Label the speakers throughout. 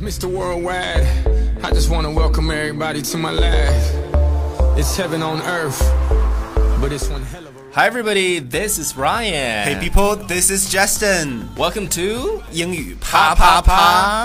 Speaker 1: Mr. Worldwide, I just want to welcome everybody to my life. It's heaven on earth, but it's one hell of a
Speaker 2: Hi everybody, this is Ryan.
Speaker 3: Hey people, this is Justin.
Speaker 2: welcome to
Speaker 3: 英语啪
Speaker 2: 啪啪
Speaker 3: 啪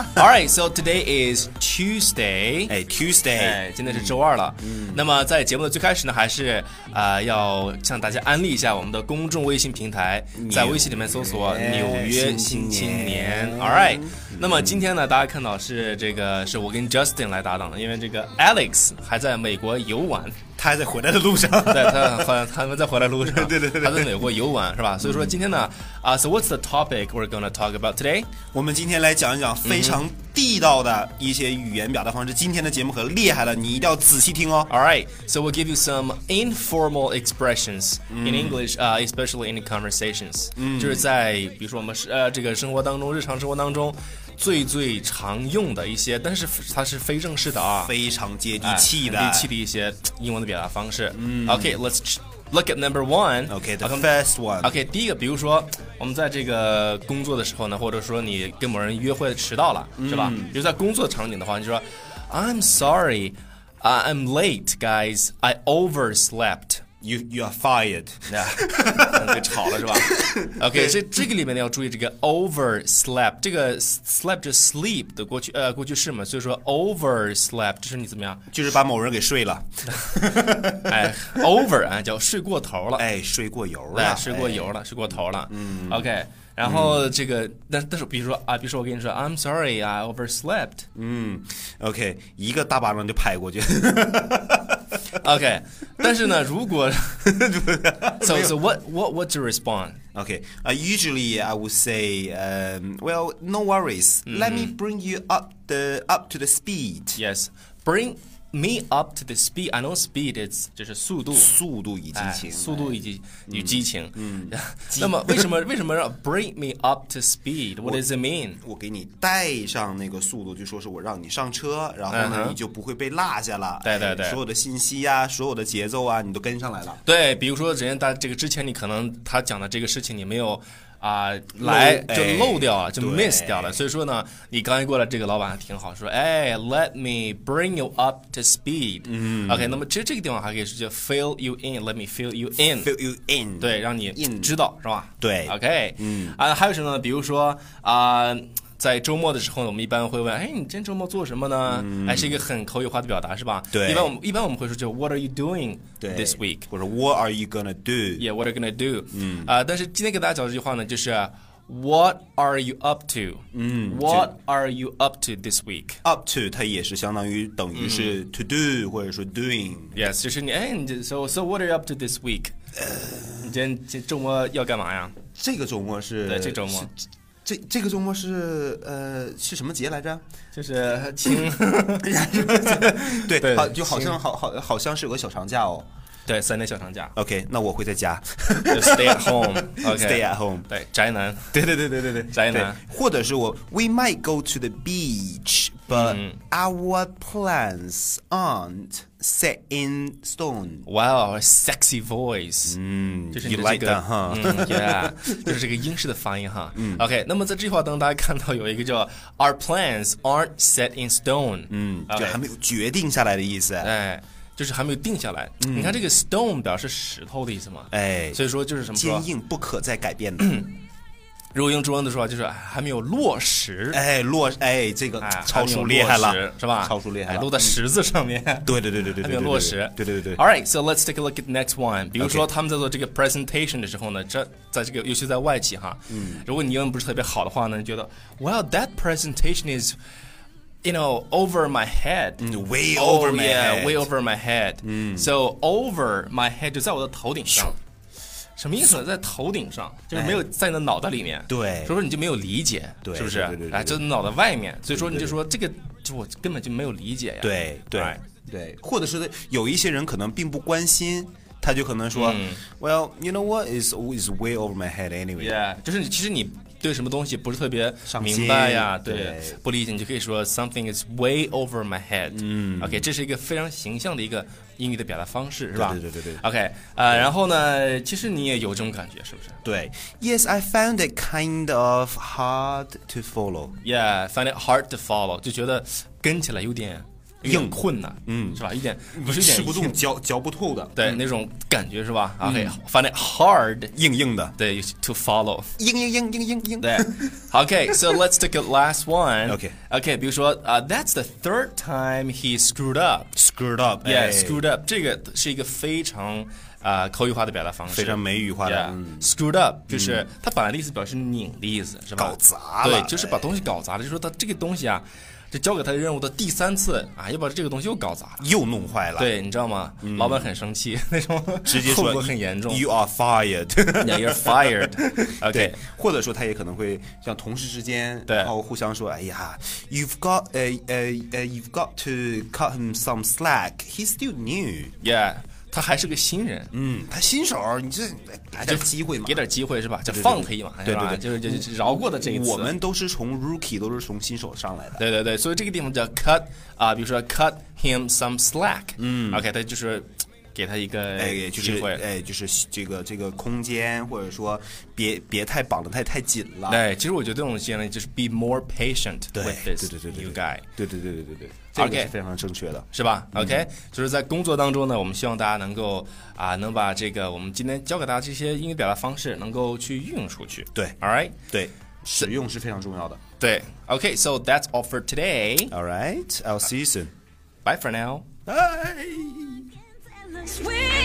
Speaker 3: 啪
Speaker 2: 啪。。All right, so today is Tuesday.
Speaker 3: 哎
Speaker 2: 哎，
Speaker 3: ，Tuesday，
Speaker 2: 今天是周二了。
Speaker 3: 嗯
Speaker 2: 那么在节目的最开始呢，还是呃要向大家安利一下我们的公众微信平台，在微信里面搜索“纽约新青年”。All
Speaker 3: 嗯
Speaker 2: right，那么今天呢，大家看到是这个是我跟 Justin 来搭档的，因为这个 Alex 还在美国游玩。
Speaker 3: 他还在回来的路上。
Speaker 2: 在他他他们在回来路上，
Speaker 3: 对对对对
Speaker 2: 他在美国游玩是吧？所以说今天呢，啊、s o what's the topic we're gonna talk about today？
Speaker 3: 我们今天来讲一讲非常地道的一些语言表达方式。今天的节目可厉害了，你一定要仔细听哦。
Speaker 2: All right, so we'll give you some informal expressions
Speaker 3: Mm。
Speaker 2: in English, uh, especially in conversations. 就是在比如说我们是呃这个生活当中、日常生活当中最最常用的一些，但是它是非正式的啊，
Speaker 3: 非常接地
Speaker 2: 哎
Speaker 3: 气的。
Speaker 2: 很地气的一些英文的表达方式。Okay, let's ch- look at number one.
Speaker 3: OK，the、
Speaker 2: 好
Speaker 3: first one，、
Speaker 2: OK，第一个，比如说我们在这个工作的时候呢，或者说你跟某人约会迟到了，是吧？比如在工作场景的话，你就说 I'm sorry, I- I'm late, guys, I overslept。
Speaker 3: y o u you are fired。
Speaker 2: 被炒了是吧？OK，这这个里面呢要注意这个 overslept，这个 slept 是 sleep 的过去呃过去式嘛，所以说 overslept 这是你怎么样？
Speaker 3: 就是把某人给睡了，
Speaker 2: 哎，over 啊叫睡过头了，
Speaker 3: 哎，睡过油
Speaker 2: 哎，
Speaker 3: 了，
Speaker 2: 睡过油了，睡过头了。嗯，OK。然后这个，但但是比如说啊，比如说我跟你说，I'm sorry, I overslept。
Speaker 3: 嗯，OK，一个大巴掌就拍过去。
Speaker 2: OK，但是呢，如 果，so so what what what's your response？
Speaker 3: Okay. Uh, usually, I would say, um, well, no worries. Let
Speaker 2: Mm-hmm
Speaker 3: me bring you up the up to the speed.
Speaker 2: Yes, bring me up to the speed. I know speed is 就是速度，
Speaker 3: 速度与激
Speaker 2: 哎
Speaker 3: 情，
Speaker 2: 速度以及与激情。嗯，那么为什么为什么让 bring me up to speed？What does it mean？
Speaker 3: 我给你带上那个速度，就说是我让你上车，然后呢，
Speaker 2: 嗯哼
Speaker 3: 你就不会被落下了。
Speaker 2: 对对
Speaker 3: 哎
Speaker 2: 对
Speaker 3: 所有的信息呀、所有的节奏啊，你都跟上来了。
Speaker 2: 对，比如说人家大这个之前你可能他讲的这个事情你没有啊、来就
Speaker 3: 哎
Speaker 2: 漏掉了，就
Speaker 3: 对
Speaker 2: miss 掉了。所以说呢，你刚才过来这个老板还挺好，说哎，let me bring you up to speed。嗯，OK，那么其实这个地方还可以是叫 fill you in，let me fill you in。
Speaker 3: Fill you in，
Speaker 2: 对，让你
Speaker 3: in
Speaker 2: 知道是吧？
Speaker 3: 对
Speaker 2: ，OK，嗯啊，还有什么呢？比如说啊、在周末的时候呢，我们一般会问，哎，你今天周末做什么呢？哎，是一个很口语化的表达，是吧？
Speaker 3: 对
Speaker 2: 一般我们一般我们会说就 What are you doing
Speaker 3: 对
Speaker 2: this week？
Speaker 3: 或者 What are you gonna do？
Speaker 2: Yeah, what are you gonna do？嗯
Speaker 3: Mm.
Speaker 2: 啊、但是今天给大家讲这句话呢，就是 What are you up to？嗯，What
Speaker 3: Mm,
Speaker 2: are you up to this week？
Speaker 3: Up to 它也是相当于等于是
Speaker 2: 嗯
Speaker 3: to do 或者说 doing，
Speaker 2: Yes，就是你哎，你这 so so what are you up to this week？你今 天这周末要干嘛呀？
Speaker 3: 这个周末是
Speaker 2: 对这周末
Speaker 3: 是这这个周末是呃是什么节来着？
Speaker 2: 就是听
Speaker 3: 对，
Speaker 2: 对
Speaker 3: 好就好像好好好像是有个小长假哦。
Speaker 2: 对三天小长假
Speaker 3: OK，那我会在家
Speaker 2: 就，stay at home，OK，
Speaker 3: stay at home。
Speaker 2: 对宅男，
Speaker 3: 对对对对对对，
Speaker 2: 宅男
Speaker 3: 对或者是我 We might go to the beach, but
Speaker 2: 嗯
Speaker 3: our plans aren't set in stone。
Speaker 2: 哇、wow,，sexy voice，嗯，就是你的
Speaker 3: you
Speaker 2: 这
Speaker 3: like
Speaker 2: 个
Speaker 3: that, huh？
Speaker 2: 嗯，yeah，就是 这个英式的发音哈。嗯，OK，那么在这句话当中，大家看到有一个叫 Our plans aren't set in stone，嗯
Speaker 3: 就还没有决定下来的意思。
Speaker 2: 哎，就是还没有定下来。你看这个 stone 表示石头的意思嘛，
Speaker 3: 哎
Speaker 2: 所以说就是什么说嗯
Speaker 3: 坚，硬不可再改变的，
Speaker 2: 如果用中文的说法就是哎还没有落实。
Speaker 3: 哎，落哎，这个
Speaker 2: 哎，
Speaker 3: 超
Speaker 2: 还没有
Speaker 3: 叔厉害
Speaker 2: 落实
Speaker 3: 了，
Speaker 2: 是吧？
Speaker 3: 超叔厉害
Speaker 2: 哎
Speaker 3: 了，嗯
Speaker 2: 落在石子上面。
Speaker 3: 对对对对对对，
Speaker 2: 还
Speaker 3: 对
Speaker 2: 没有落实。
Speaker 3: 对对对对。
Speaker 2: All right, so let's take a look at next one. 比如说他们在做这个 presentation 的时候呢，这在这个尤其在外企哈，嗯，如果你英文不是特别好的话呢，你觉得 Well, that presentation is, you know, over my head.
Speaker 3: 嗯，way
Speaker 2: Oh,
Speaker 3: over my
Speaker 2: yeah,
Speaker 3: head
Speaker 2: way over my head. 嗯，so over my head 就在我的头顶上。什么意思呢？在头顶上，就是没有在你的脑袋里面，
Speaker 3: 哎对
Speaker 2: 所以说你就没有理解，
Speaker 3: 对
Speaker 2: 是不是
Speaker 3: 对对对？对
Speaker 2: 哎，就在脑袋外面，所以说你就说这个，就我根本就没有理解呀。
Speaker 3: 对对
Speaker 2: Right
Speaker 3: 对，或者是有一些人可能并不关心，他就可能说、w e l l you know what is is way over my head anyway。
Speaker 2: Yeah，就是你其实你对什么东西不是特别
Speaker 3: 上心
Speaker 2: 明白呀，
Speaker 3: 对
Speaker 2: 不理解，你就可以说 something is way over my head。嗯，OK，这是一个非常形象的一个英语的表达方式，是吧？
Speaker 3: 对对对对对
Speaker 2: OK，呃，然后呢，其实你也有这种感觉，是不是
Speaker 3: ，Yes, I found it kind of hard to follow.
Speaker 2: ？Yeah，find it hard to follow，就觉得跟起来有点有点
Speaker 3: 硬
Speaker 2: 困难，嗯，是吧？一点不是一点
Speaker 3: 吃不动、嗯嚼嚼不透的，
Speaker 2: 对那种感觉是吧？OK，find it hard，
Speaker 3: 硬硬的，
Speaker 2: 对，to follow。
Speaker 3: 硬硬硬硬硬硬。
Speaker 2: 对，Okay, so let's take a last one.
Speaker 3: Okay.
Speaker 2: Okay，比如说啊、t h a t s the third time he screwed up.
Speaker 3: Screwed up.
Speaker 2: Yeah,、
Speaker 3: 哎
Speaker 2: screwed up 这个是一个非常啊、口语化的表达方式，
Speaker 3: 非常美语化的
Speaker 2: Yeah，
Speaker 3: 嗯
Speaker 2: screwed up 就是它本来的意思表示拧的意思，是吧？
Speaker 3: 搞砸了哎
Speaker 2: 对，就是把东西搞砸了，就是说他这个东西啊，这交给他的任务的第三次啊，又把这个东西又搞砸了。
Speaker 3: 又弄坏了，，
Speaker 2: 对，你知道吗？老板很生气，那种
Speaker 3: 嗯直接
Speaker 2: 后
Speaker 3: 说
Speaker 2: 果很严重。
Speaker 3: You are fired。
Speaker 2: Yeah, you're fired.
Speaker 3: 对
Speaker 2: OK，，
Speaker 3: 或者说他也可能会像同事之间，
Speaker 2: 对
Speaker 3: 然后互相说，哎呀，You've got 呃呃呃，You've got to cut him some slack. He's still new.
Speaker 2: yeah，他还是个新人。
Speaker 3: 嗯，他新手儿，你这来点机会嘛
Speaker 2: 给。点机会是吧？就放他一马，
Speaker 3: 对
Speaker 2: 是吧？
Speaker 3: 对
Speaker 2: 就是就是就是饶过的这一次。
Speaker 3: 我们都是从 rookie，都是从新手上来的。
Speaker 2: 对对对，所以这个地方叫 cut 啊，比如说 cut him some slack，嗯，OK，他就是给他一个
Speaker 3: 哎，就
Speaker 2: 机
Speaker 3: 是
Speaker 2: 会。
Speaker 3: 哎，就是这个这个空间，或者说别别太绑得太太紧了。
Speaker 2: 对，其实我觉得这种建议就是 be more patient
Speaker 3: 对
Speaker 2: with
Speaker 3: 对
Speaker 2: this
Speaker 3: 对对对对
Speaker 2: new guy，
Speaker 3: 对对对对对对，这个
Speaker 2: OK
Speaker 3: 是非常正确的。
Speaker 2: 是吧？OK，就是
Speaker 3: 嗯
Speaker 2: 在工作当中呢，我们希望大家能够啊，能把这个我们今天教给大家这些英语表达方式能够去运用出去。
Speaker 3: 对
Speaker 2: ，All right，
Speaker 3: 对，使用是非常重要的。
Speaker 2: 对，OK，so that's all for today，bye
Speaker 3: All right, I'll see you soon.
Speaker 2: for now。
Speaker 3: Bye.
Speaker 4: Sweet.